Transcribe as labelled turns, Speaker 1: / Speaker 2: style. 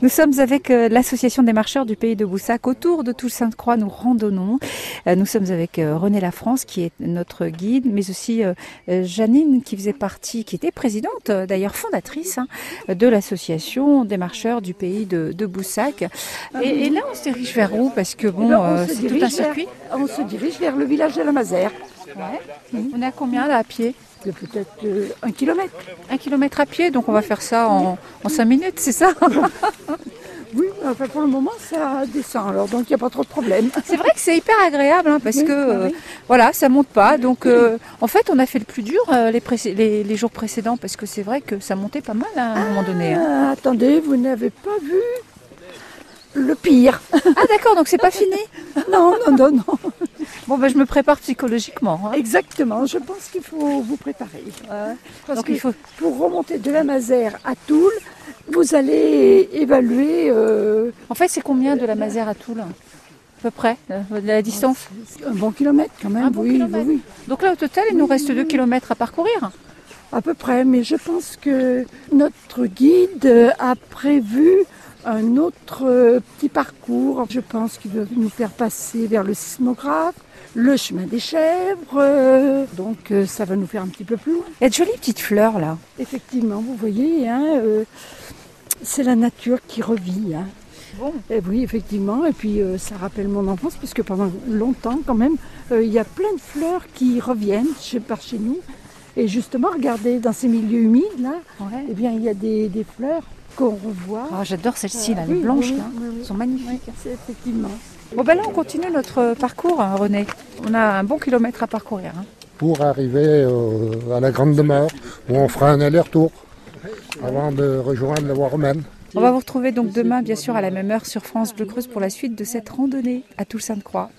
Speaker 1: Nous sommes avec euh, l'association des marcheurs du pays de Boussac. Autour de Toussaint-Croix, nous randonnons. Euh, Nous sommes avec euh, René Lafrance, qui est notre guide, mais aussi euh, euh, Janine, qui faisait partie, qui était présidente, euh, d'ailleurs fondatrice, hein, de l'association des marcheurs du pays de, de Boussac. Et, et là, on se dirige vers où Parce que bon,
Speaker 2: Eh ben, on
Speaker 1: euh,
Speaker 2: se
Speaker 1: c'est
Speaker 2: dirige
Speaker 1: tout un
Speaker 2: vers-
Speaker 1: circuit.
Speaker 2: On se dirige vers le village de la Mazère,
Speaker 1: On est à combien là à pied
Speaker 2: de peut-être euh, un kilomètre.
Speaker 1: Un kilomètre à pied, donc on va faire ça en, en cinq minutes, c'est ça
Speaker 2: Oui, enfin pour le moment ça descend alors, donc il n'y a pas trop de problème.
Speaker 1: C'est vrai que c'est hyper agréable hein, parce
Speaker 2: Oui,
Speaker 1: que
Speaker 2: bah
Speaker 1: euh,
Speaker 2: oui.
Speaker 1: voilà, ça monte pas. Donc euh, en fait, on a fait le plus dur euh, les, précé- les, les jours précédents parce que c'est vrai que ça montait pas mal hein, à un moment donné. hein.
Speaker 2: Ah, attendez, vous n'avez pas vu le pire.
Speaker 1: Ah d'accord, donc c'est pas fini.
Speaker 2: Non, non, non, non.
Speaker 1: Bon ben je me prépare psychologiquement. hein.
Speaker 2: Exactement, je pense qu'il faut vous préparer. Parce
Speaker 1: Donc
Speaker 2: que
Speaker 1: il faut
Speaker 2: pour remonter de la Mazère à Toul, vous allez évaluer euh,
Speaker 1: En fait, c'est combien de la Mazère à Toul À peu près euh, de la distance.
Speaker 2: un bon kilomètre quand même,
Speaker 1: Un bon
Speaker 2: oui,
Speaker 1: kilomètre.
Speaker 2: oui, oui.
Speaker 1: Donc là au total, il nous reste 2 km à parcourir.
Speaker 2: À peu près, mais je pense que notre guide euh, a prévu un autre euh, petit parcours. Je pense qu'il veut nous faire passer vers le sismographe, le chemin des chèvres. euh, Donc euh, ça va nous faire un petit peu plus loin.
Speaker 1: Il y a de jolies petites fleurs là.
Speaker 2: Effectivement, vous voyez, hein, euh, c'est la nature qui revit. hein.
Speaker 1: Bon.
Speaker 2: Eh oui, effectivement. Et puis euh, ça rappelle mon enfance, puisque pendant longtemps, quand même, euh, il y a plein de fleurs qui reviennent chez, par chez nous. Et justement, regardez, dans ces milieux humides, là,
Speaker 1: Ouais.
Speaker 2: eh bien, il y a des, des fleurs qu'on revoit.
Speaker 1: Ah, J'adore celles-ci là,
Speaker 2: Euh,
Speaker 1: les
Speaker 2: oui,
Speaker 1: blanches
Speaker 2: oui,
Speaker 1: là.
Speaker 2: oui, oui.
Speaker 1: Elles sont magnifiques.
Speaker 2: Oui, c'est effectivement.
Speaker 1: Bon ben là on continue notre parcours, hein, René. On a un bon kilomètre à parcourir. hein.
Speaker 3: pour arriver euh, à la Grande Demeure, où on fera un aller-retour avant de rejoindre la Warman.
Speaker 1: On va vous retrouver donc demain bien sûr à la même heure sur France Bleu Creuse pour la suite de cette randonnée à Toussaint-Croix.